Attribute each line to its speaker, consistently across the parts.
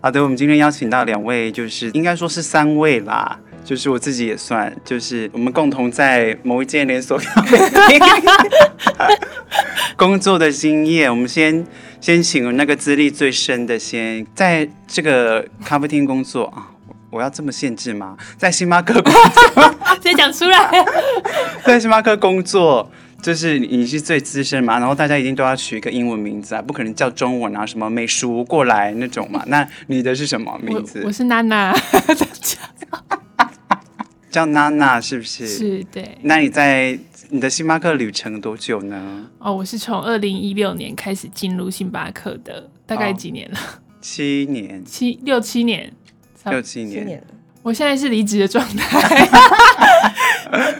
Speaker 1: 好的，我们今天邀请到两位，就是应该说是三位啦，就是我自己也算，就是我们共同在某一间连锁咖啡厅工作的经验。我们先先请那个资历最深的先在这个咖啡厅工作啊。我要这么限制吗？在星巴克工 作，
Speaker 2: 直接讲出来。
Speaker 1: 在星巴克工作，就是你是最资深嘛，然后大家一定都要取一个英文名字啊，不可能叫中文啊，什么美术过来那种嘛。那你的是什么名字
Speaker 2: 我？我是娜娜，
Speaker 1: 叫娜娜是不是？
Speaker 2: 是，对。
Speaker 1: 那你在你的星巴克旅程多久呢？
Speaker 2: 哦，我是从二零一六年开始进入星巴克的，大概几年了？哦、
Speaker 1: 七年，
Speaker 2: 七六七年。
Speaker 1: 六七年，
Speaker 2: 我现在是离职的状态。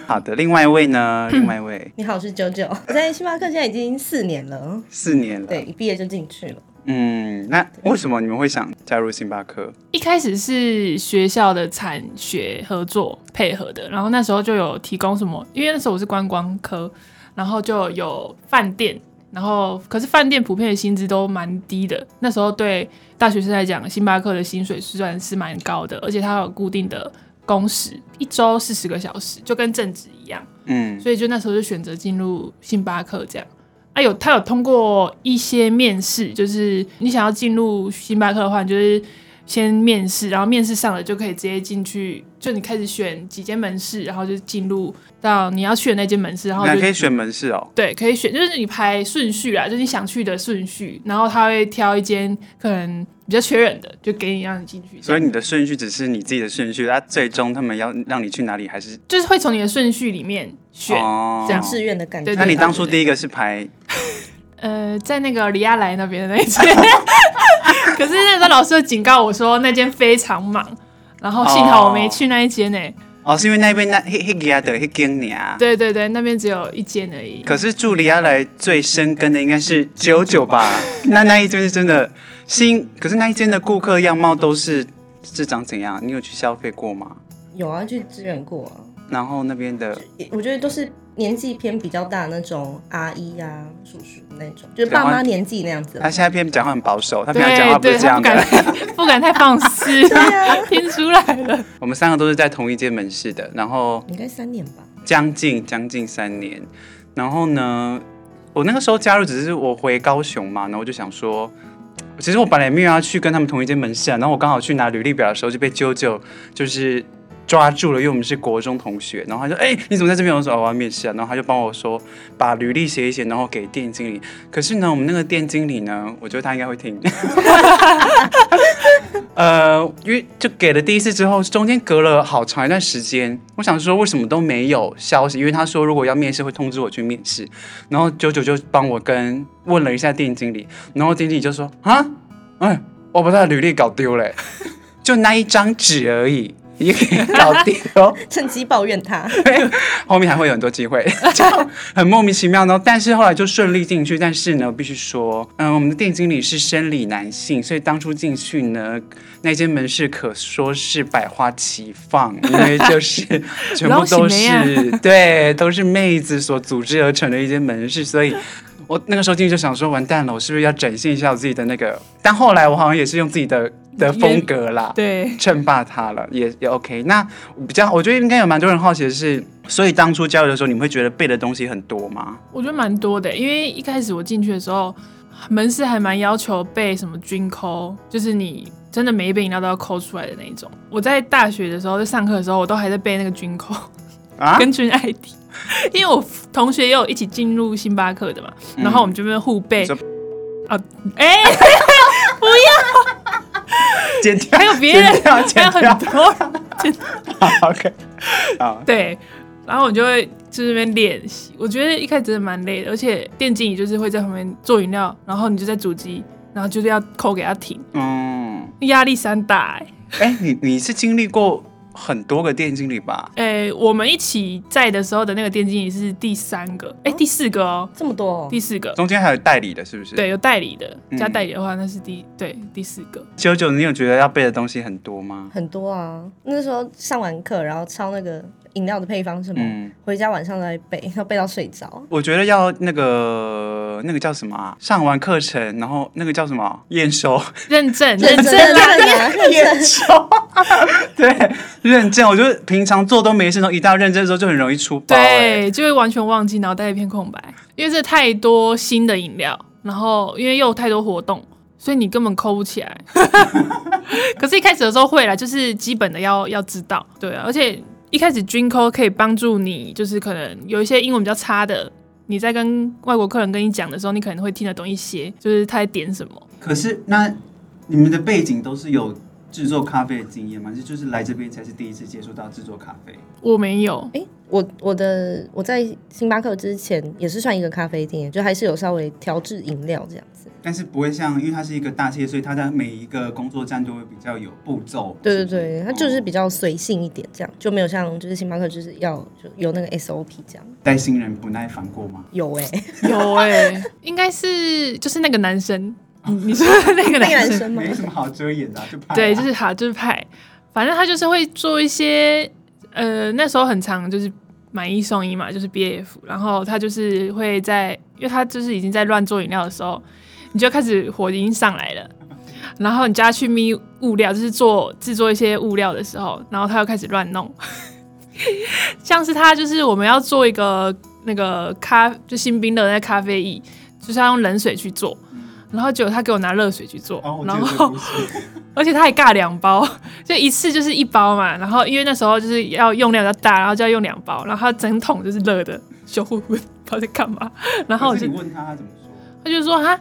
Speaker 1: 好的，另外一位呢？另外一位，
Speaker 3: 你好，我是九九，我在星巴克现在已经四年了，
Speaker 1: 四年了，
Speaker 3: 对，一毕业就进去了。
Speaker 1: 嗯，那为什么你们会想加入星巴克？
Speaker 2: 一开始是学校的产学合作配合的，然后那时候就有提供什么，因为那时候我是观光科，然后就有饭店。然后，可是饭店普遍的薪资都蛮低的。那时候对大学生来讲，星巴克的薪水虽然是蛮高的，而且它有固定的工时，一周四十个小时，就跟正职一样。
Speaker 1: 嗯，
Speaker 2: 所以就那时候就选择进入星巴克这样。啊有，有他有通过一些面试，就是你想要进入星巴克的话，你就是先面试，然后面试上了就可以直接进去，就你开始选几间门市，然后就进入。到你要去的那间门市，然后
Speaker 1: 你可以选门市哦。
Speaker 2: 对，可以选，就是你排顺序啦，就是你想去的顺序，然后他会挑一间可能比较缺人的，就给你让你进去。
Speaker 1: 所以你的顺序只是你自己的顺序，他最终他们要让你去哪里，还是
Speaker 2: 就是会从你的顺序里面选，哦、这样
Speaker 3: 志愿的感觉。
Speaker 1: 那你当初第一个是排？
Speaker 2: 呃，在那个里亚莱那边的那间， 可是那时候老师警告我说那间非常忙，然后幸好我没去那一间呢、欸。
Speaker 1: 哦哦，是因为那边那迄迄家的迄间呀，
Speaker 2: 对对对，那边只有一间而已。
Speaker 1: 可是助理阿来最深根的应该是九九吧？那那一间是真的新，可是那一间的顾客样貌都是是长怎样？你有去消费过吗？
Speaker 3: 有啊，去支援过、啊。
Speaker 1: 然后那边的，
Speaker 3: 我觉得都是年纪偏比较大那种阿姨啊、叔叔那种，就是爸妈年纪那样子。
Speaker 1: 他现在偏讲话很保守，他平常讲话不是这样的，
Speaker 2: 不敢 太放肆，
Speaker 3: 啊
Speaker 2: 听出来了。
Speaker 1: 我们三个都是在同一间门市的，然后
Speaker 3: 应该三年吧，
Speaker 1: 将近将近三年。然后呢，我那个时候加入只是我回高雄嘛，然后我就想说。其实我本来没有要去跟他们同一间门市啊，然后我刚好去拿履历表的时候就被啾啾就是。抓住了，因为我们是国中同学，然后他说：“哎、欸，你怎么在这边？”我说：“哦、我要面试啊。”然后他就帮我说把履历写一写，然后给店经理。可是呢，我们那个店经理呢，我觉得他应该会听。呃，因为就给了第一次之后，中间隔了好长一段时间，我想说为什么都没有消息，因为他说如果要面试会通知我去面试。然后九九就帮我跟问了一下店经理，然后店经理就说：“啊，哎、欸，我把他的履历搞丢了、欸，就那一张纸而已。”也可以搞定哦，
Speaker 3: 趁机抱怨他
Speaker 1: 后面还会有很多机会，就很莫名其妙呢。但是后来就顺利进去，但是呢，必须说，嗯，我们的店经理是生理男性，所以当初进去呢，那间门市可说是百花齐放，因为就是 全部都是对，都是妹子所组织而成的一间门市，所以。我那个时候进去就想说，完蛋了，我是不是要展现一下我自己的那个？但后来我好像也是用自己的的风格啦，
Speaker 2: 对，
Speaker 1: 称霸他了，也也 OK。那比较，我觉得应该有蛮多人好奇的是，所以当初交流的时候，你们会觉得背的东西很多吗？
Speaker 2: 我觉得蛮多的，因为一开始我进去的时候，门市还蛮要求背什么军扣，就是你真的每一杯饮料都要抠出来的那一种。我在大学的时候，在上课的时候，我都还在背那个军扣。
Speaker 1: 啊，
Speaker 2: 跟君爱迪， 因为我同学也有一起进入星巴克的嘛，嗯、然后我们这边互背啊，哎、欸，不要，
Speaker 1: 剪掉，
Speaker 2: 还有别人，
Speaker 1: 还有
Speaker 2: 很多，
Speaker 1: 剪好，OK，好，
Speaker 2: 对，然后我就会在那边练习，我觉得一开始真的蛮累的，而且电竞椅就是会在旁边做饮料，然后你就在主机，然后就是要扣给他停，
Speaker 1: 嗯，
Speaker 2: 压力山大、欸，
Speaker 1: 哎、欸，你你是经历过。很多个店经理吧？
Speaker 2: 诶、欸，我们一起在的时候的那个店经理是第三个，哎、欸，第四个哦，
Speaker 3: 这么多、哦，
Speaker 2: 第四个，
Speaker 1: 中间还有代理的，是不是？
Speaker 2: 对，有代理的，加代理的话，那是第、嗯、对第四个。
Speaker 1: 九九，你有觉得要背的东西很多吗？
Speaker 3: 很多啊，那时候上完课，然后抄那个。饮料的配方什么，
Speaker 1: 嗯，
Speaker 3: 回家晚上再背，要背到睡着。
Speaker 1: 我觉得要那个那个叫什么啊？上完课程，然后那个叫什么啊验收，
Speaker 2: 认证
Speaker 3: 认
Speaker 2: 认
Speaker 3: 真
Speaker 2: 证
Speaker 3: 认真认真，
Speaker 1: 收，对，认证。我觉得平常做都没事，然后一到认证的时候就很容易出包、欸。
Speaker 2: 对，就会完全忘记，脑袋一片空白，因为这太多新的饮料，然后因为又有太多活动，所以你根本抠不起来。可是，一开始的时候会啦，就是基本的要要知道，对啊，而且一开始军抠可以帮助你，就是可能有一些英文比较差的。你在跟外国客人跟你讲的时候，你可能会听得懂一些，就是他在点什么。
Speaker 1: 可是那你们的背景都是有制作咖啡的经验吗？这就是来这边才是第一次接触到制作咖啡。
Speaker 2: 我没有，
Speaker 3: 哎、我我的我在星巴克之前也是算一个咖啡店，就还是有稍微调制饮料这样子。
Speaker 1: 但是不会像，因为它是一个大企业，所以它在每一个工作站都会比较有步骤。
Speaker 3: 对对
Speaker 1: 是不是
Speaker 3: 对，它就是
Speaker 1: 哦
Speaker 3: 比较随性一点，这样就没有像就是星巴克就是要就有那个 SOP 这样。
Speaker 1: 带新人不耐烦过吗？
Speaker 3: 有哎、
Speaker 2: 有哎、应该是就是那个男生，你你说的那个
Speaker 3: 那个
Speaker 2: 男
Speaker 3: 男
Speaker 2: 生
Speaker 3: 生吗
Speaker 1: 没？什么好遮掩的啊、 就怕
Speaker 2: 对，就是好，就是派。反正他就是会做一些，呃，那时候很常就是买一送一嘛，就是 B F，然后他就是会在，因为他就是已经在乱做饮料的时候，你就开始火已经上来了，然后你叫他去咪物料，就是做制作一些物料的时候，然后他又开始乱弄， 像是他就是我们要做一个那个咖，就新冰的那咖啡液，就是要用冷水去做，然后结果他给我拿热水去做，
Speaker 1: 嗯哦，我记
Speaker 2: 然
Speaker 1: 得这
Speaker 2: 后
Speaker 1: 个故事
Speaker 2: 而且他还尬两包， 就一次就是一包嘛。然后因为那时候就是要用量比较大，然后就要用两包，然后他整桶就是 热的，小乎乎，不知道在干嘛。然后我
Speaker 1: 可
Speaker 2: 就是
Speaker 1: 你问他，他怎么说？
Speaker 2: 他就说哈，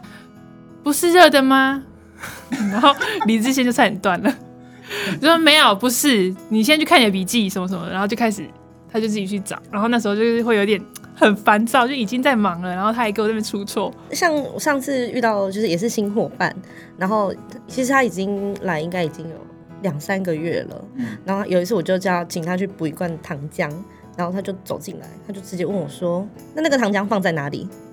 Speaker 2: 不是热的吗？ 然后理智线就差点断了， 就说没有，不是，你先去看你的笔记什么什么的，然后就开始他就自己去找，然后那时候就是会有点很烦躁，就已经在忙了，然后他还给我在那边出错，
Speaker 3: 像我上次遇到就是也是新伙伴，然后其实他已经来应该已经有两三个月了，
Speaker 1: 嗯
Speaker 3: 然后有一次我就叫请他去补一罐糖浆，然后他就走进来，他就直接问我说：“那那个糖浆放在哪里？”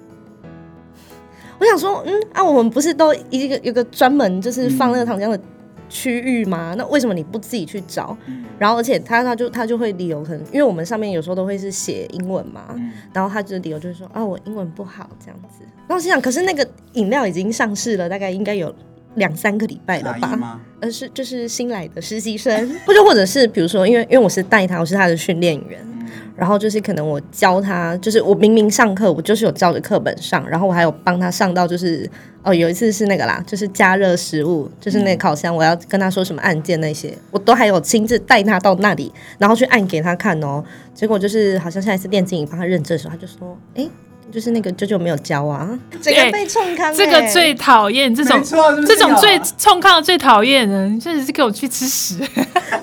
Speaker 3: 我想说，嗯啊，我们不是都一个有个专门
Speaker 1: 嗯
Speaker 3: 就是放那个糖浆的区域吗？那为什么你不自己去找？
Speaker 1: 嗯
Speaker 3: 然后而且他他就他就会理由可能因为我们上面有时候都会是写英文嘛，
Speaker 1: 嗯，
Speaker 3: 然后他的理由就是说啊，我英文不好这样子。然后我心想，可是那个饮料已经上市了，大概应该有两三个礼拜了
Speaker 1: 阿姨
Speaker 3: 吧？
Speaker 1: 吗？
Speaker 3: 呃，是就是新来的实习生， 或者或者是比如说，因为因为我是带他，我是他的训练员，
Speaker 1: 嗯，
Speaker 3: 然后就是可能我教他，就是我明明上课我就是有照着课本上，然后我还有帮他上到就是哦，有一次是那个啦，就是加热食物，就是那个烤箱，我要跟他说什么按键那些，我都还有亲自带他到那里，然后去按给他看哦。结果就是好像下一次电竞影帮他认证的时候，他就说，哎。就是那个舅舅没有 教啊，整个被冲康、欸
Speaker 2: 这个最讨厌这种
Speaker 1: 没。错是不是
Speaker 2: 这种最
Speaker 1: 啊
Speaker 2: 冲抗的最讨厌的人，真的是给我去吃屎！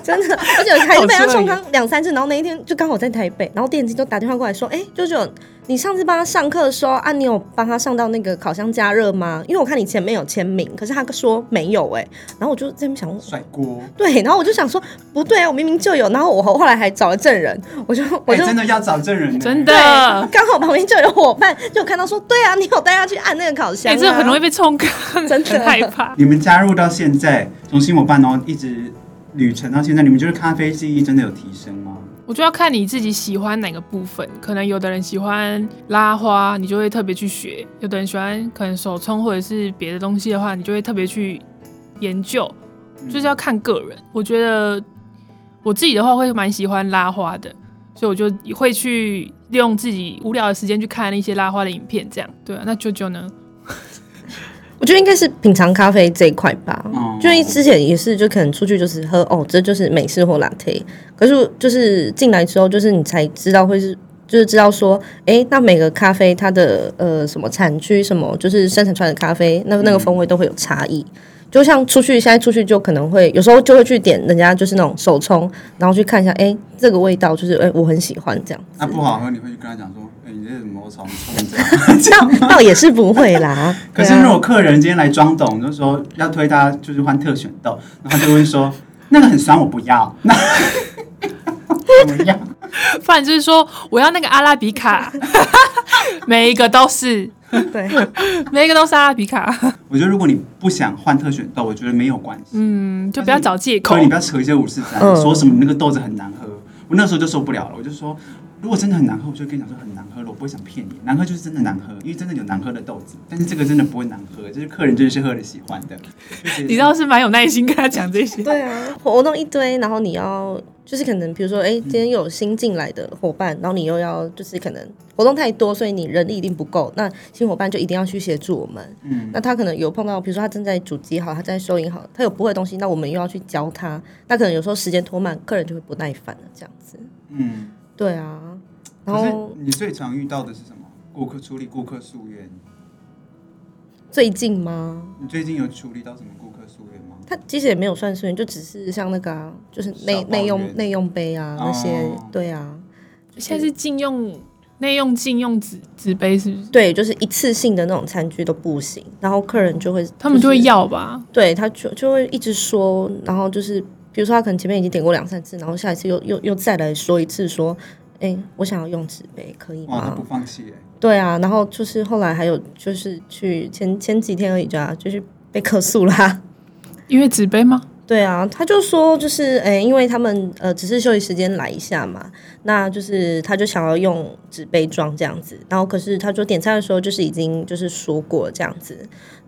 Speaker 3: 真 的，而且还是被
Speaker 2: 好
Speaker 3: 他
Speaker 2: 吃而已
Speaker 3: 冲康两三次，然后那一天就刚好在台北，然后电竞就打电话过来说，哎、舅舅，你上次帮他上课的时候啊，你有帮他上到那个烤箱加热吗？因为我看你前面有签名，可是他说没有哎、然后我就在那边想。
Speaker 1: 甩锅。
Speaker 3: 对，然后我就想说不对啊，我明明就有，然后我后来还找了证人，我就我
Speaker 1: 哎，
Speaker 3: 就、
Speaker 1: 真的要找证人呢，
Speaker 2: 真
Speaker 3: 对，啊
Speaker 2: 的，
Speaker 3: 刚好旁边就有伙伴，就有看到说对啊，你有带他去按那个烤
Speaker 2: 哎、
Speaker 3: 箱、啊，
Speaker 2: 这很容易被冲康，
Speaker 3: 真的
Speaker 2: 很害 怕。
Speaker 1: 你们加入到现在，从新伙伴然后一直旅程到现在，你们觉得咖啡技艺真的有提升吗？
Speaker 2: 我就要看你自己喜欢哪个部分，可能有的人喜欢拉花，你就会特别去学；有的人喜欢可能手冲或者是别的东西的话，你就会特别去研究，
Speaker 3: 嗯
Speaker 2: 就是要看个人。我觉得我自己的话会蛮喜欢拉花的，所以我就会去利用自己无聊的时间去看一些拉花的影片，这样对啊。那舅舅呢？
Speaker 3: 我觉得应该是品尝咖啡这一块吧，
Speaker 1: 嗯
Speaker 3: 就因为之前也是，就可能出去就是喝哦，这就是美式或 latte，可是就是进来之后，就是你才知道会是。就是知道说，诶，那每个咖啡它的呃什么产区什么，就是生产出来的咖啡，那那个风味都会有差异。
Speaker 1: 嗯
Speaker 3: 就像出去现在出去就可能会有时候就会去点人家就是那种手冲，然后去看一下，诶，这个味道就是诶，哎我很喜欢 这样。
Speaker 1: 那啊不好喝，你会去跟他讲说，哎，你这是什么虫虫这样？。
Speaker 3: 倒倒也是不会啦
Speaker 1: 可
Speaker 3: 对
Speaker 1: 是
Speaker 3: 啊
Speaker 1: 如果客人今天来装懂，就说要推他就是换特选豆，然后他就会说那个很酸，我不要。那 怎么样？
Speaker 2: 不然就是说我要那个阿拉比卡， 每一个都是，
Speaker 3: 对，
Speaker 2: 每一个都是阿拉比卡。
Speaker 1: 我觉得如果你不想换特选豆，我觉得没有关系。
Speaker 2: 嗯，就不要找借口
Speaker 1: 所以。你不要扯一些五四三，
Speaker 3: 嗯
Speaker 1: 说什么那个豆子很难喝。我那时候就受不了了，我就说，如果真的很难喝，我就跟你讲说很难喝了，我不会想骗你，难喝就是真的难喝，因为真的有难喝的豆子，但是这个真的不会难喝，就是客人真的是喝了喜欢的。
Speaker 2: 你倒是蛮有耐心跟他讲这些。
Speaker 3: 对啊，活动一堆，然后你要就是可能比如说，哎、今天有新进来的伙伴，然后你又要就是可能活动太多，所以你人力一定不够，那新伙伴就一定要去协助我们。
Speaker 1: 嗯，
Speaker 3: 那他可能有碰到，比如说他正在主机好，他在收银好，他有不会的东西，那我们又要去教他，那可能有时候时间拖慢，客人就会不耐烦了这样子。
Speaker 1: 嗯，
Speaker 3: 对啊，然
Speaker 1: 可是
Speaker 3: 后
Speaker 1: 你最常遇到的是什么？顾客处理顾客诉怨，
Speaker 3: 最近吗？
Speaker 1: 你最近有处理到什么顾客诉怨吗？
Speaker 3: 他其实也没有算顺，就只是像那个、啊、就是
Speaker 1: 小
Speaker 3: 内
Speaker 1: 抱怨
Speaker 3: 内用内用杯啊那些，
Speaker 1: 哦
Speaker 3: 对啊，
Speaker 2: 现在是禁用内用禁用纸纸杯，是不是？
Speaker 3: 对，就是一次性的那种餐具都不行，然后客人就会
Speaker 2: 他们就会
Speaker 3: 是
Speaker 2: 要吧？
Speaker 3: 对他就就会一直说，然后就是比如说他可能前面已经点过两三次，然后下一次又又又再来说一次说，哎、我想要用纸杯，可
Speaker 2: 嗯
Speaker 3: 以
Speaker 1: 哇，他不
Speaker 3: 吗？
Speaker 1: 放弃哎、
Speaker 3: 对啊，然后就是后来还有就是去前前几天而已啊，就是被客诉啦。
Speaker 2: 因为纸杯吗？
Speaker 3: 对啊，他就说就是，诶、因为他们呃只是休息时间来一下嘛，那就是他就想要用纸杯装这样子，然后可是他说点餐的时候就是已经就是说过这样子，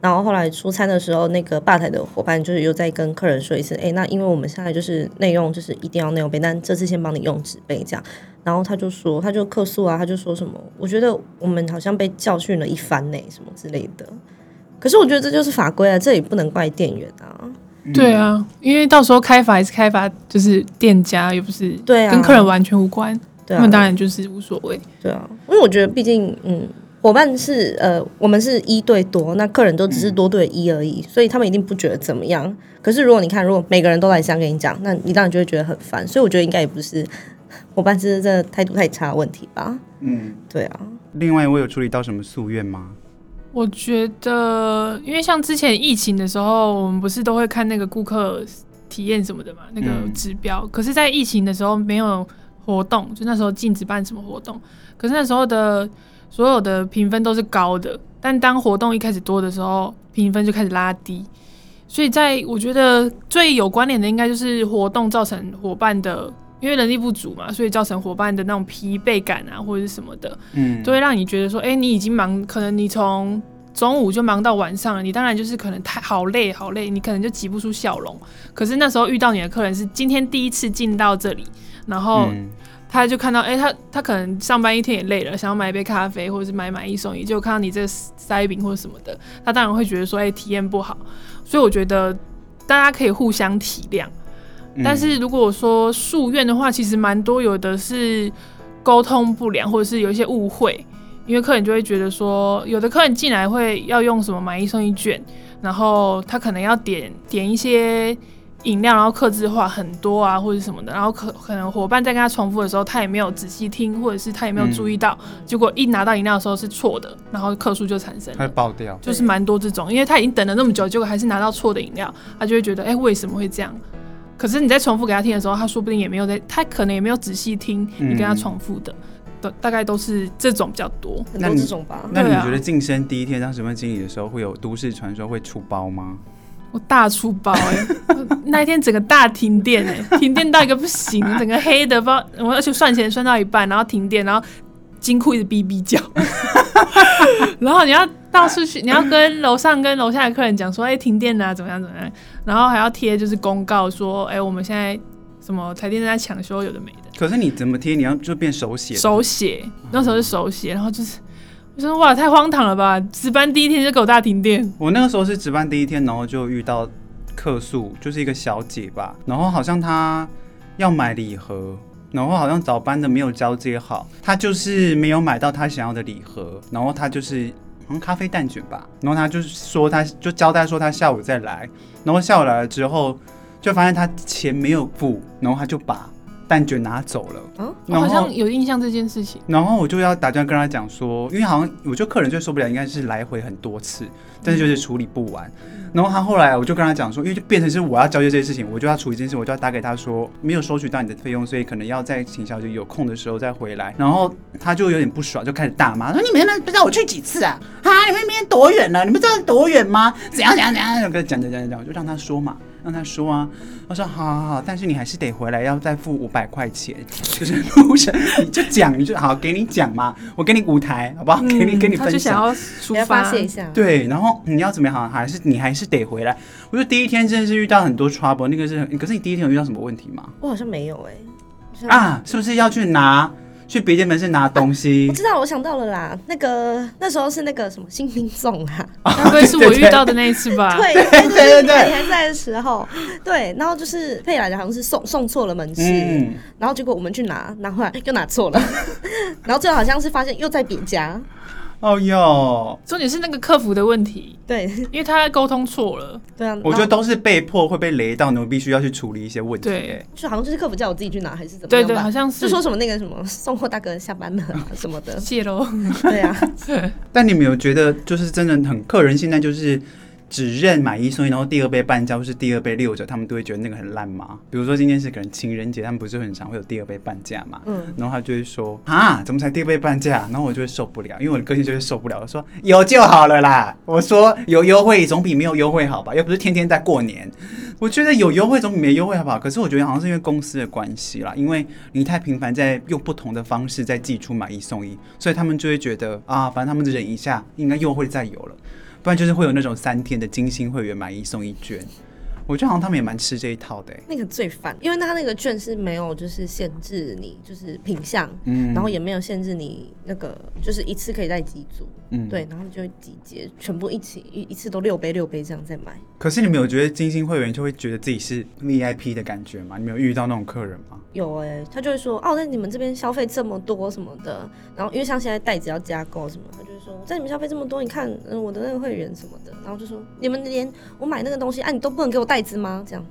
Speaker 3: 然后后来出餐的时候，那个吧台的伙伴就是又再跟客人说一次，诶、那因为我们现在就是内用，就是一定要内用杯，但这次先帮你用纸杯这样，然后他就说他就客诉啊，他就说什么，我觉得我们好像被教训了一番呢、什么之类的，可是我觉得这就是法规啊，这也不能怪店员啊。
Speaker 1: 嗯
Speaker 2: 对，啊，因为到时候开罚还是开罚，就是店家又不是
Speaker 3: 对啊
Speaker 2: 跟客人完全无关，
Speaker 3: 对
Speaker 2: 他
Speaker 3: 啊，
Speaker 2: 们当然就是无所谓。
Speaker 3: 对啊，因为我觉得毕竟，嗯，伙伴是呃，我们是一对多，那客人都只是多对一而已，所以他们一定不觉得怎么样。可是如果你看，如果每个人都来这样跟你讲，那你当然就会觉得很烦。所以我觉得应该也不是伙伴是这态度太差的问题吧？
Speaker 1: 嗯。
Speaker 3: 对啊，
Speaker 1: 另外，我有处理到什么夙愿吗？
Speaker 2: 我觉得，因为像之前疫情的时候，我们不是都会看那个顾客体验什么的嘛，那个
Speaker 1: 嗯
Speaker 2: 指标。可是，在疫情的时候没有活动，就那时候禁止办什么活动。可是那时候的所有的评分都是高的，但当活动一开始多的时候，评分就开始拉低。所以在我觉得最有关联的，应该就是活动造成伙伴的，因为人力不足嘛，所以造成伙伴的那种疲惫感啊，或者是什么的。
Speaker 1: 嗯，
Speaker 2: 就会让你觉得说，哎、你已经忙，可能你从中午就忙到晚上了，你当然就是可能太好累好累，你可能就挤不出笑容。可是那时候遇到你的客人是今天第一次进到这里，然后
Speaker 1: 嗯
Speaker 2: 他就看到，哎、他他可能上班一天也累了，想要买一杯咖啡或者是买买一送一，就看到你这塞饼或者什么的，他当然会觉得说，哎、体验不好。所以我觉得大家可以互相体谅。
Speaker 1: 嗯
Speaker 2: 但是如果说夙愿的话，其实蛮多有的是沟通不良，或者是有一些误会，因为客人就会觉得说，有的客人进来会要用什么买一送一券，然后他可能要点点一些。饮料，然后客制化很多啊，或者什么的，然后可可能伙伴在跟他重复的时候，他也没有仔细听，或者是他也没有
Speaker 1: 嗯
Speaker 2: 注意到，结果一拿到饮料的时候是错的，然后客数就产生了。
Speaker 1: 他会爆掉，
Speaker 2: 就是蛮多这种，因为他已经等了那么久，结果还是拿到错的饮料，他就会觉得，哎、为什么会这样？可是你在重复给他听的时候，他说不定也没有在，他可能也没有仔细听你跟他
Speaker 1: 嗯
Speaker 2: 重复的，都、大概都是这种比较多。
Speaker 3: 很
Speaker 1: 那
Speaker 3: 多
Speaker 1: 你
Speaker 3: 这种吧。
Speaker 1: 那你
Speaker 2: 对啊
Speaker 1: 觉得晋升第一天当审问经理的时候，会有都市传说会出包吗？
Speaker 2: 我大出包哎、 那一天整个大停电哎、停电到一个 不行，整个黑的，不知道我而且算钱算到一半，然后停电，然后金库一直哔哔叫， 然后你要到处去，你要跟楼上跟楼下的客人讲说，哎、停电啦、怎么样怎么样，然后还要贴就是公告说，哎、我们现在什么台电正在抢修，有的没的。
Speaker 1: 可是你怎么贴，你要就变手写的，
Speaker 2: 手写，
Speaker 1: 嗯
Speaker 2: 那时候是手写，然后就是我说哇，太荒唐了吧！值班第一天就给我大停电，
Speaker 1: 我那个时候是值班第一天，然后就遇到客诉，就是一个小姐吧，然后好像她要买礼盒，然后好像早班的没有交接好，她就是没有买到她想要的礼盒，然后她就是好像咖啡蛋卷吧，然后她就是说她就交代说她下午再来，然后下午来了之后就发现她钱没有付，然后她就把蛋卷拿走了，
Speaker 3: 啊
Speaker 2: 我
Speaker 1: 然
Speaker 2: 哦好
Speaker 1: 后
Speaker 2: 像有印象这件事情。
Speaker 1: 然后我就要打算跟他讲说，因为好像我觉得客人最受不了应该是来回很多次，但是就是处理不完。然后他后来我就跟他讲说，因为就变成是我要交接这些事情，我就要处理这件事，我就要打给他说没有收取到你的费用，所以可能要在请小姐有空的时候再回来。然后他就有点不爽，就开始大骂，说你们原来不知道我去几次啊？啊，你们那边多远了？你们知道多远吗？怎样怎样怎样？就跟他讲讲讲讲讲，我就让他说嘛，让他说啊。他说好好好，但是你还是得回来，要再付五百块钱，就是路程你就讲，你就好给你讲嘛，我给你舞台好不好？哦给你给你
Speaker 2: 嗯他就
Speaker 1: 分享
Speaker 2: 想。要
Speaker 3: 你要
Speaker 2: 抒
Speaker 3: 发
Speaker 2: 发
Speaker 3: 泄一下。
Speaker 1: 对，然后你要怎么样？还是你还是得回来。我觉得第一天真的是遇到很多 trouble，那个是很，可是你第一天有遇到什么问题吗？
Speaker 3: 我好像没有哎、是
Speaker 1: 啊，是不是要去拿去别间门市拿东西
Speaker 3: 我？知道，我想到了啦，那个那时候是那个什么新兵粽啊，
Speaker 2: 该不会是我遇到的那一次吧？
Speaker 3: 对
Speaker 1: 对对
Speaker 3: 你
Speaker 1: 对
Speaker 3: 还在的时候，对，然后就是佩兰好像是送送错了门市，
Speaker 1: 嗯，
Speaker 3: 然后结果我们去拿，拿回来又拿错了，然后最后好像是发现又在别家，
Speaker 1: 哦哟，
Speaker 2: 重点是那个客服的问题，
Speaker 3: 对
Speaker 2: 因为他沟通错了，
Speaker 3: 对啊，
Speaker 1: 我觉
Speaker 3: 然
Speaker 1: 得
Speaker 3: 后
Speaker 1: 都是被迫会被雷到，你们必须要去处理一些问题、
Speaker 2: 对
Speaker 1: 欸。
Speaker 3: 就好像就是客服叫我自己去拿还是怎么
Speaker 2: 对
Speaker 3: 样吧，
Speaker 2: 对，好像是
Speaker 3: 就说什么那个什么送货大哥下班了啊什么 的，
Speaker 2: 谢喽。
Speaker 3: 对啊，
Speaker 1: 但你们有觉得就是真的很客人现在就是只认买一送一，然后第二杯半价或是第二杯六折，他们都会觉得那个很烂吗？比如说今天是可能情人节，他们不是很常会有第二杯半价嘛？
Speaker 3: 嗯，
Speaker 1: 然后他就会说啊，怎么才第二杯半价？然后我就会受不了，因为我的个性就会受不了。我说有就好了啦，我说有优惠总比没有优惠好吧，又不是天天在过年。我觉得有优惠总比没优惠好不好？可是我觉得好像是因为公司的关系啦，因为你太频繁在用不同的方式在寄出买一送一，所以他们就会觉得啊，反正他们忍一下，应该又会再有了。不然就是会有那种三天的金星会员买一送一券，我觉得好像他们也蛮吃这一套的、欸。
Speaker 3: 那个最烦，因为他那个券是没有就是限制你就是品相，
Speaker 1: 嗯，
Speaker 3: 然后也没有限制你那个就是一次可以带几组，
Speaker 1: 嗯
Speaker 3: 对，然后你就会集结全部一起一一次都六杯六杯这样再买。
Speaker 1: 可是你们有觉得金星会员就会觉得自己是 VIP 的感觉吗？你们有遇到那种客人吗？
Speaker 3: 有哎、他就会说哦，在你们这边消费这么多什么的，然后因为像现在袋子要加购什么，他就会说在你们消费这么多，你看嗯、我的那个会员什么的，然后就说你们连我买那个东西，啊，你都不能给我袋子吗？这样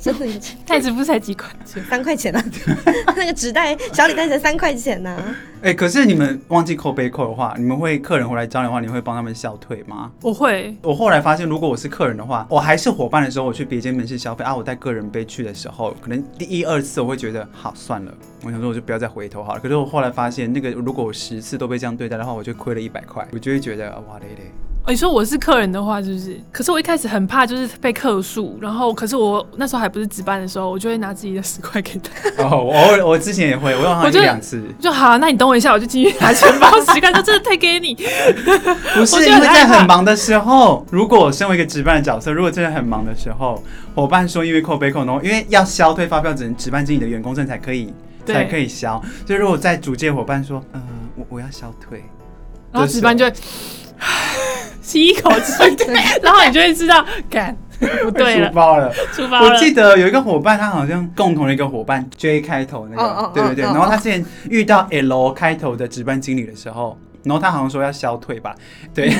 Speaker 3: 真的有
Speaker 2: 太子不才几块钱，
Speaker 3: 三块钱啊， 那个纸袋小李袋才三块钱呐、啊，
Speaker 1: 哎、可是你们忘记扣杯扣的话，你们会客人回来找你的话，你会帮他们消退吗？
Speaker 2: 我会
Speaker 1: 我后来发现，如果我是客人的话，我还是伙伴的时候，我去别间门市消费啊，我带个人杯去的时候，可能第一二次我会觉得好算了，我想说我就不要再回头好了。可是我后来发现，那个如果我十次都被这样对待的话，我就亏了一百块，我就会觉得哇嘞嘞。
Speaker 2: 哦，你说我是客人的话，是不是？可是我一开始很怕，就是被客诉。然后，可是我那时候还不是值班的时候，我就会拿自己的十块给他，
Speaker 1: 哦，我偶尔我之前也会，我用好
Speaker 2: 我
Speaker 1: 像
Speaker 2: 觉
Speaker 1: 一
Speaker 2: 得
Speaker 1: 两次，
Speaker 2: 我就好、那你等我一下，我就进去拿钱包十块，就真的 退给你。
Speaker 1: 不是
Speaker 2: 我觉
Speaker 1: 因
Speaker 2: 得
Speaker 1: 为
Speaker 2: 很
Speaker 1: 在
Speaker 2: 害怕
Speaker 1: 很忙的时候，如果我身为一个值班的角色，如果真的很忙的时候，伙伴说因为扣杯扣，然后因为要消退发票，只能值班经理的员工证才可以
Speaker 2: 对
Speaker 1: 才可以消，所以如果在主界伙伴说，嗯、我我要消退，
Speaker 2: 然后值班就会 吸一口气， 然后你就会知道，干不对
Speaker 1: 被
Speaker 2: 了
Speaker 1: 出，包了。
Speaker 2: 出发
Speaker 1: 我
Speaker 2: 了。
Speaker 1: 记得有一个伙伴，他好像共同的一个伙伴 J 开头那
Speaker 3: 哦
Speaker 1: 个
Speaker 3: 哦哦，
Speaker 1: 对对对。
Speaker 3: 哦哦
Speaker 1: 然后他之前遇到 L 开头的值班经理的时候，然后他好像说要消退吧，对，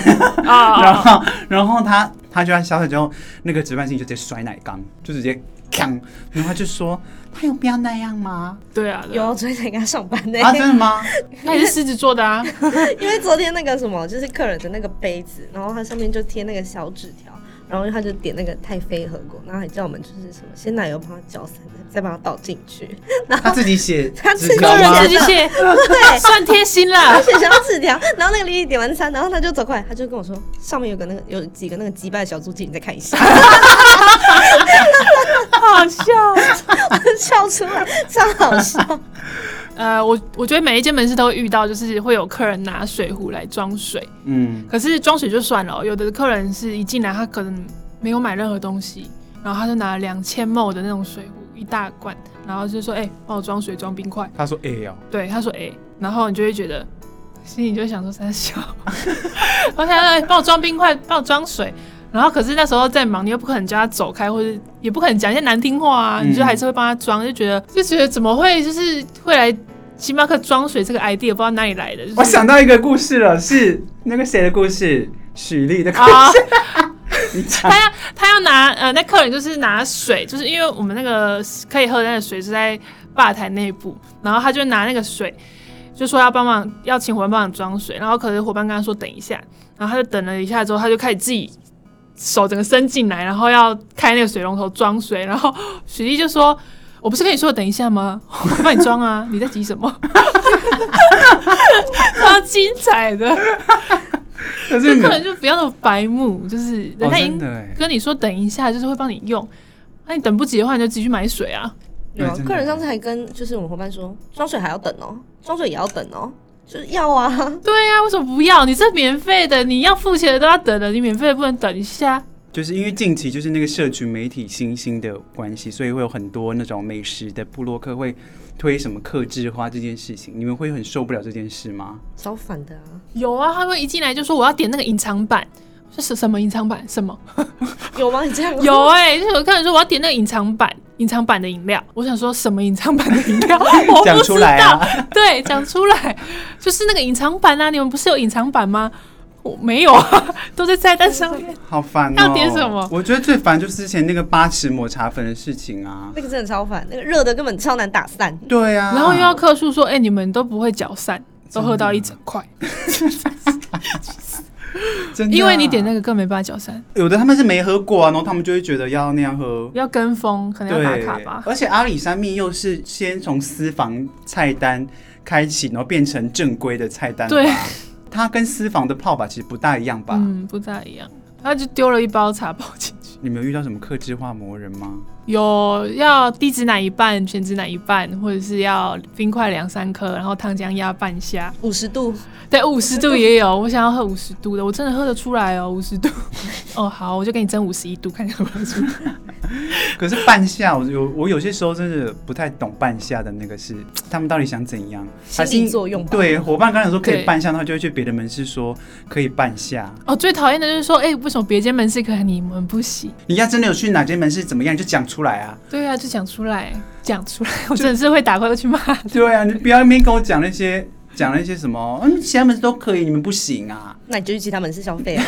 Speaker 2: 啊
Speaker 1: 然后然后他他就在消退之后，那个值班经理就直接甩奶缸，就直接扛，然后他就说他有必要那样吗？
Speaker 2: 对啊，对啊
Speaker 3: 有昨天才跟他上班呢、
Speaker 1: 啊，真的吗？
Speaker 2: 那也是狮子座的啊，
Speaker 3: 因为昨天那个什么，就是客人的那个杯子，然后它上面就贴那个小纸条，然后他就点那个太妃和果，然后还叫我们就是什么鲜奶油帮他搅散，再把它倒进去，
Speaker 1: 他自己写
Speaker 3: 他
Speaker 1: 纸
Speaker 3: 自己
Speaker 1: 条
Speaker 3: 有
Speaker 1: 吗？
Speaker 2: 自己写，算贴心啦
Speaker 3: 而。且小纸条。然后那个丽丽点完餐，然后他就走过来，他就跟我说，上面有个那个有几个那个击败小猪鸡，你再看一 下，
Speaker 2: 好 笑。
Speaker 3: 笑出来，超好笑。
Speaker 2: 呃，我我觉得每一间门市都会遇到，就是会有客人拿水壶来装水，
Speaker 1: 嗯，
Speaker 2: 可是装水就算了哦、有的客人是一进来他可能没有买任何东西，然后他就拿了两千 ml 的那种水壶一大罐，然后就说：“哎、帮我装水装冰块。
Speaker 1: 他说 L，”
Speaker 2: 对，他说：“哎、然后你就会觉得。心里就会想说三小，我想哎，帮我装冰块，帮我装水，然后可是那时候在忙，你又不可能叫他走开，或者也不可能讲一些难听话啊，你就
Speaker 1: 嗯
Speaker 2: 还是会帮他装，就觉得就觉得怎么会就是会来星巴克装水这个 idea 不知道哪里来的，就是、
Speaker 1: 我想到一个故事了，是那个谁的故事？许丽的故事。
Speaker 2: 啊，
Speaker 1: 你讲
Speaker 2: 他要他要拿呃，那客人就是拿水，就是因为我们那个可以喝的那个水是在吧台内部，然后他就拿那个水，就说要帮忙要请伙伴帮忙装水，然后可是伙伴跟他说等一下，然后他就等了一下之后，他就开始自己手整个伸进来，然后要开那个水龙头装水，然后许丽就说。 我不是跟你说等一下吗？ 我帮你装啊！你在急什么？ 超精彩的，
Speaker 1: 可是
Speaker 2: 这
Speaker 1: 你
Speaker 2: 客人就不要那么白目，就是人
Speaker 1: 哦，
Speaker 2: 家已
Speaker 1: 真
Speaker 2: 经
Speaker 1: 的哎，
Speaker 2: 跟你说等一下，就是会帮你用。那、你等不及的话，你就自己去买水啊。
Speaker 3: 有啊
Speaker 1: 对真的
Speaker 3: 客人上次还跟就是我们伙伴说，装水还要等哦，装水也要等哦，就是要啊。
Speaker 2: 对啊，为什么不要？你这免费的，你要付钱的都要等的，你免费的不能等一下？
Speaker 1: 就是因为近期就是那个社群媒体新兴的关系，所以会有很多那种美食的部落客会推什么克制化这件事情，你们会很受不了这件事吗？
Speaker 3: 超烦的啊！
Speaker 2: 有啊，他会一进来就说我要点那个隐藏版。这是什么隐藏版？什么
Speaker 3: 有吗？你这样吗
Speaker 2: 有哎、就是有客人说我要点那个隐藏版，隐藏版的饮料。我想说什么隐藏版的饮 料？我
Speaker 1: 讲
Speaker 2: 哦不
Speaker 1: 出
Speaker 2: 知
Speaker 1: 来
Speaker 2: 道。
Speaker 1: 啊！
Speaker 2: 对，讲出来就是那个隐藏版啊！你们不是有隐藏版吗？我没有啊， 都在菜单上面。
Speaker 1: 好烦哦！
Speaker 2: 要点什么
Speaker 1: 我觉得最烦就是之前那个八尺抹茶粉的事情啊。
Speaker 3: 那个真的超烦，那个热的根本超难打散。
Speaker 1: 对啊，
Speaker 2: 然后又要客诉说，哎、你们都不会搅散，都喝到一整块，
Speaker 1: 真的啊
Speaker 2: 因为你点那个更没办法搅散。
Speaker 1: 有的他们是没喝过啊，然后他们就会觉得要那样喝。
Speaker 2: 要跟风，可能要打
Speaker 1: 对
Speaker 2: 卡吧，。
Speaker 1: 而且阿里山蜜又是先从私房菜单开启，然后变成正规的菜单。
Speaker 2: 对，
Speaker 1: 它跟私房的泡法其实不大一样吧？
Speaker 2: 嗯，不大一样。他就丢了一包茶包进去，
Speaker 1: 你们有遇到什么克制化魔人吗？
Speaker 2: 有要低脂奶一半，全脂奶一半，或者是要冰块两三颗，然后糖浆压半下。
Speaker 3: 五十度，
Speaker 2: 对，五十度也有，我想要喝五十度的，我真的喝得出来哦，五十度。 哦，好，我就给你蒸五十一度，看你喝不喝出来。
Speaker 1: 可是半夏，我有我有些时候真的不太懂半夏的那个是他们到底想怎样？
Speaker 3: 心理作用吧
Speaker 1: 对，伙伴刚才说可以
Speaker 2: 对
Speaker 1: 半夏，他就会去别的门市说可以半夏。
Speaker 2: 哦，最讨厌的就是说，哎、为什么别间门市可以，你们不行？
Speaker 1: 你要真的有去哪间门市怎么样，你就讲出来 啊！
Speaker 2: 对啊，就讲出来，讲出来，我真的是会打过去骂。
Speaker 1: 对啊，你不要一边跟我讲那些讲那些什么，嗯，其他门市都可以，你们不行啊。
Speaker 3: 那你就去其他门市消费啊。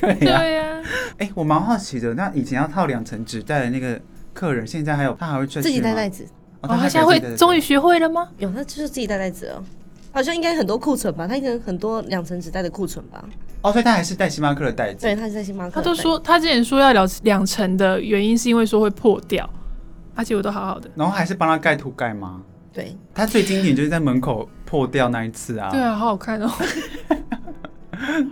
Speaker 1: 对
Speaker 2: 对
Speaker 1: 呀、啊，
Speaker 2: 啊，
Speaker 1: 哎、我蛮好奇的，那以前要套两层纸袋的那个客人，现在还有他还会出去
Speaker 3: 自己带
Speaker 1: 吗
Speaker 3: 袋子，
Speaker 1: 哦，
Speaker 2: 哦，
Speaker 1: 还
Speaker 2: 他现在
Speaker 1: 可以
Speaker 2: 会
Speaker 1: 自己带
Speaker 2: 终于学会了吗？
Speaker 3: 有，那就是自己带袋子哦。好像应该很多库存吧，他应该很多两层纸袋的库存吧。
Speaker 1: 哦，所以他还是带星巴克的袋子。
Speaker 3: 对，他是在星巴克。
Speaker 2: 他都，说，他之前说要两两成的原因是因为说会破掉，而且我都好好的。
Speaker 1: 然后还是帮他盖土盖吗？
Speaker 3: 对，
Speaker 1: 他最经典就是在门口破掉那一次啊，
Speaker 2: 对啊，好好看哦。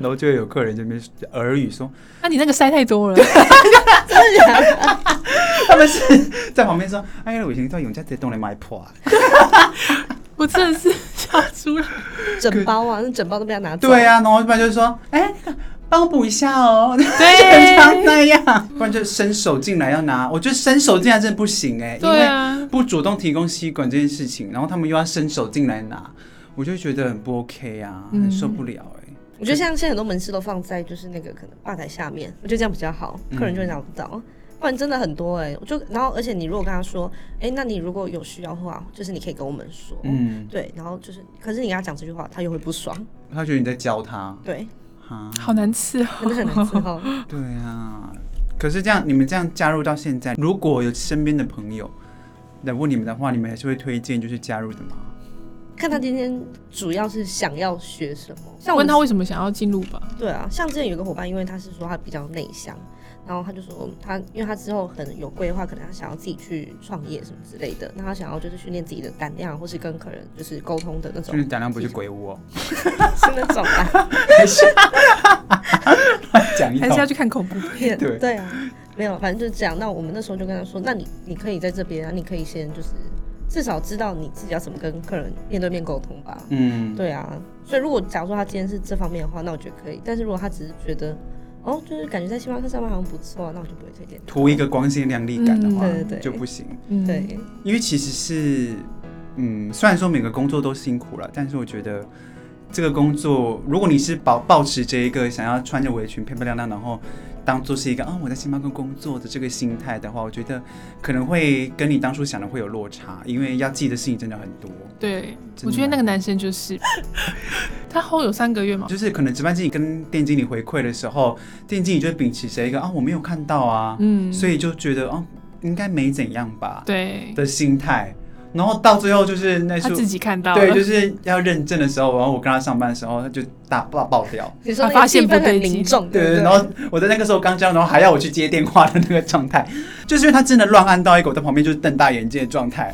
Speaker 1: 然后就有客人这边耳语说，
Speaker 2: 那、你那个塞太多了，
Speaker 3: 真的假的？
Speaker 1: 他们是在旁边说，哎呀，我以前在永嘉直接动来买破啊。
Speaker 2: 我真的是笑出来。
Speaker 3: 整包啊，那整包都被他拿走。
Speaker 1: 对，啊，然后一般就说，哎，那个帮我补一下哦，
Speaker 2: 对
Speaker 1: 很常那样，不然就伸手进来要拿，我觉得伸手进来真的不行哎、因
Speaker 2: 对
Speaker 1: 为
Speaker 2: 啊，
Speaker 1: 不主动提供吸管这件事情，然后他们又要伸手进来拿，我就觉得很不 OK 啊，很
Speaker 2: 嗯
Speaker 1: 受不了哎、
Speaker 3: 我觉得像现在很多门市都放在就是那个可能吧台下面，我觉得这样比较好，客人就会拿不
Speaker 1: 嗯
Speaker 3: 到。不然真的很多哎、我就然后而且你如果跟他说，哎、那你如果有需要的话，就是你可以跟我们说。
Speaker 1: 嗯，
Speaker 3: 对，然后就是，可是你跟他讲这句话，他又会不爽，
Speaker 1: 他觉得你在教他
Speaker 3: 对，
Speaker 1: 啊，
Speaker 2: 好难吃哦。
Speaker 3: 真的很难伺 候。
Speaker 1: 对啊。可是这样，你们这样加入到现在，如果有身边的朋友来问你们的话，你们还是会推荐就是加入的吗？
Speaker 3: 看他今天主要是想要学什么，像我
Speaker 2: 问他为什么想要进入吧。
Speaker 3: 对啊，像之前有个伙伴，因为他是说他比较内向，然后他就说他，因为他之后很有规划，可能他想要自己去创业什么之类的，那他想要就是训练自己的胆量，或是跟客人就是沟通的那种
Speaker 1: 就，是胆量不是鬼屋哦，
Speaker 3: 是那种啊，
Speaker 1: 还是讲一
Speaker 2: 还是要
Speaker 1: 套。
Speaker 2: 去看恐怖片。
Speaker 1: 对
Speaker 3: 对啊，没有，反正就是这样。那我们那时候就跟他说，那你你可以在这边啊，你可以先就是至少知道你自己要怎么跟客人面对面沟通吧。
Speaker 1: 嗯，
Speaker 3: 对啊，所以如果假如说他今天是这方面的话，那我觉得可以。但是如果他只是觉得，哦，就是感觉在星巴克上班好像不错，啊那我就不会推荐他。
Speaker 1: 图一个光鲜亮丽感的话、
Speaker 2: 嗯
Speaker 3: 对对对
Speaker 1: 就不行，
Speaker 2: 嗯，
Speaker 3: 对，
Speaker 1: 因为其实是，嗯，虽然说每个工作都辛苦了，但是我觉得这个工作，如果你是保保持着一个想要穿着围裙漂漂亮亮，然后当做是一个啊我在星巴克工作的这个心态的话，我觉得可能会跟你当初想的会有落差，因为要记的事情真的很多。
Speaker 2: 对，
Speaker 1: 真的
Speaker 2: 我觉得那个男 生就是，他后有三个月嘛，
Speaker 1: 就是可能值班经理跟店经理回馈的时候，店经理就会秉持着一个啊我没有看到啊，
Speaker 2: 嗯，
Speaker 1: 所以就觉得哦、应该没怎样吧
Speaker 2: 对，
Speaker 1: 的心态。然后到最后就是那
Speaker 2: 他
Speaker 1: 处
Speaker 2: 自己看到
Speaker 1: 对，
Speaker 2: 了
Speaker 1: 就，是要认证的时候，然后我跟他上班的时候，他就大爆爆掉。
Speaker 3: 你说那
Speaker 2: 啊发
Speaker 3: 个
Speaker 2: 现
Speaker 3: 气
Speaker 2: 不
Speaker 3: 氛
Speaker 2: 对
Speaker 3: 很
Speaker 2: 劲
Speaker 3: 凝重，
Speaker 1: 对
Speaker 3: 不
Speaker 1: 对，
Speaker 3: 对？
Speaker 1: 然后我在那个时候刚交，然后还要我去接电话的那个状态，就是因为他真的乱按到一个我在旁边就是瞪大眼睛的状态。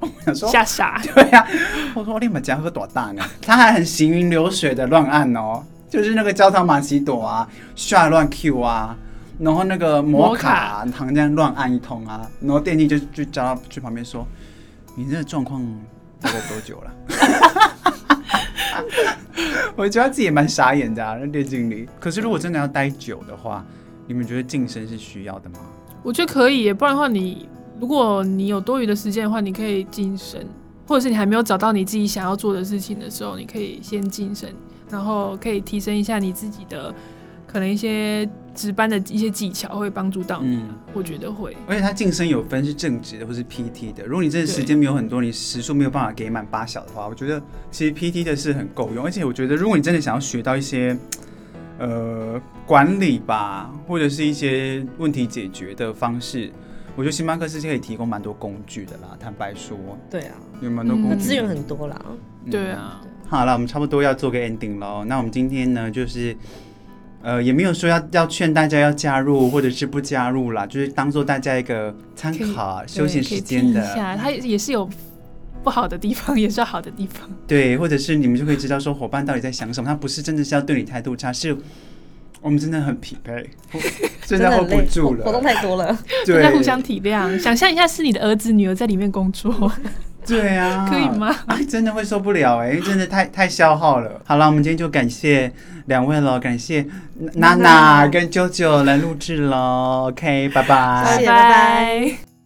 Speaker 1: 我想说，
Speaker 2: 吓傻。
Speaker 1: 对呀、我说我立马讲喝多大呢？他还很行云流水的乱按哦，就是那个焦糖玛奇朵啊，下乱 Q 啊，然后那个摩卡、啊、糖浆乱按一通啊，然后电竞就就叫他去旁边说，你这个状况大概多久了？ 我觉得他自己也蛮傻眼的啊，那电竞里。可是如果真的要待久的话，你们觉得晋升是需要的吗？
Speaker 2: 我觉得可以耶，不然的话你如果你有多余的时间的话，你可以晋升，或者是你还没有找到你自己想要做的事情的时候，你可以先晋升，然后可以提升一下你自己的可能一些值班的一些技巧，会帮助到你。
Speaker 1: 嗯。
Speaker 2: 我觉得会，
Speaker 1: 而且它晋升有分是正职的或是 PT 的。如果你真的时间没有很多，你时数没有办法给满八小的话，我觉得其实 PT 的是很够用。而且我觉得，如果你真的想要学到一些呃管理吧，或者是一些问题解决的方式，我觉得星巴克是可以提供蛮多工具的啦。坦白说，
Speaker 3: 对啊，
Speaker 1: 有蛮多工具
Speaker 3: 那
Speaker 1: 的
Speaker 2: 嗯
Speaker 3: 资源很多啦。
Speaker 2: 对。啊，
Speaker 1: 嗯好了，我们差不多要做个 ending 喽。那我们今天呢，就是呃，也没有说要要劝大家要加入或者是不加入啦，就是当做大家一个参考啊休闲
Speaker 2: 可
Speaker 1: 时
Speaker 2: 以
Speaker 1: 间
Speaker 2: 听一
Speaker 1: 的，
Speaker 2: 下，它也是有不好的地方，也是有好的地方。
Speaker 1: 对，或者是你们就可以知道说伙伴到底在想什么。他不是真的是要对你态度差，是我们真的很疲惫， 真的
Speaker 3: 的
Speaker 1: hold
Speaker 3: 很
Speaker 1: 不
Speaker 3: 累，
Speaker 1: 住
Speaker 3: 活活
Speaker 1: 了，
Speaker 3: 动太多了。
Speaker 2: 大
Speaker 1: 对
Speaker 2: 家，互相体谅，想象一下是你的儿子女儿在里面工作，
Speaker 1: 对啊，
Speaker 2: 可以吗？
Speaker 1: 哎，真的会受不了哎、真的太太消耗了。好了，我们今天就感谢两位了，感谢娜娜跟啾啾来录制喽。OK，拜拜。
Speaker 3: 谢谢拜拜
Speaker 2: 拜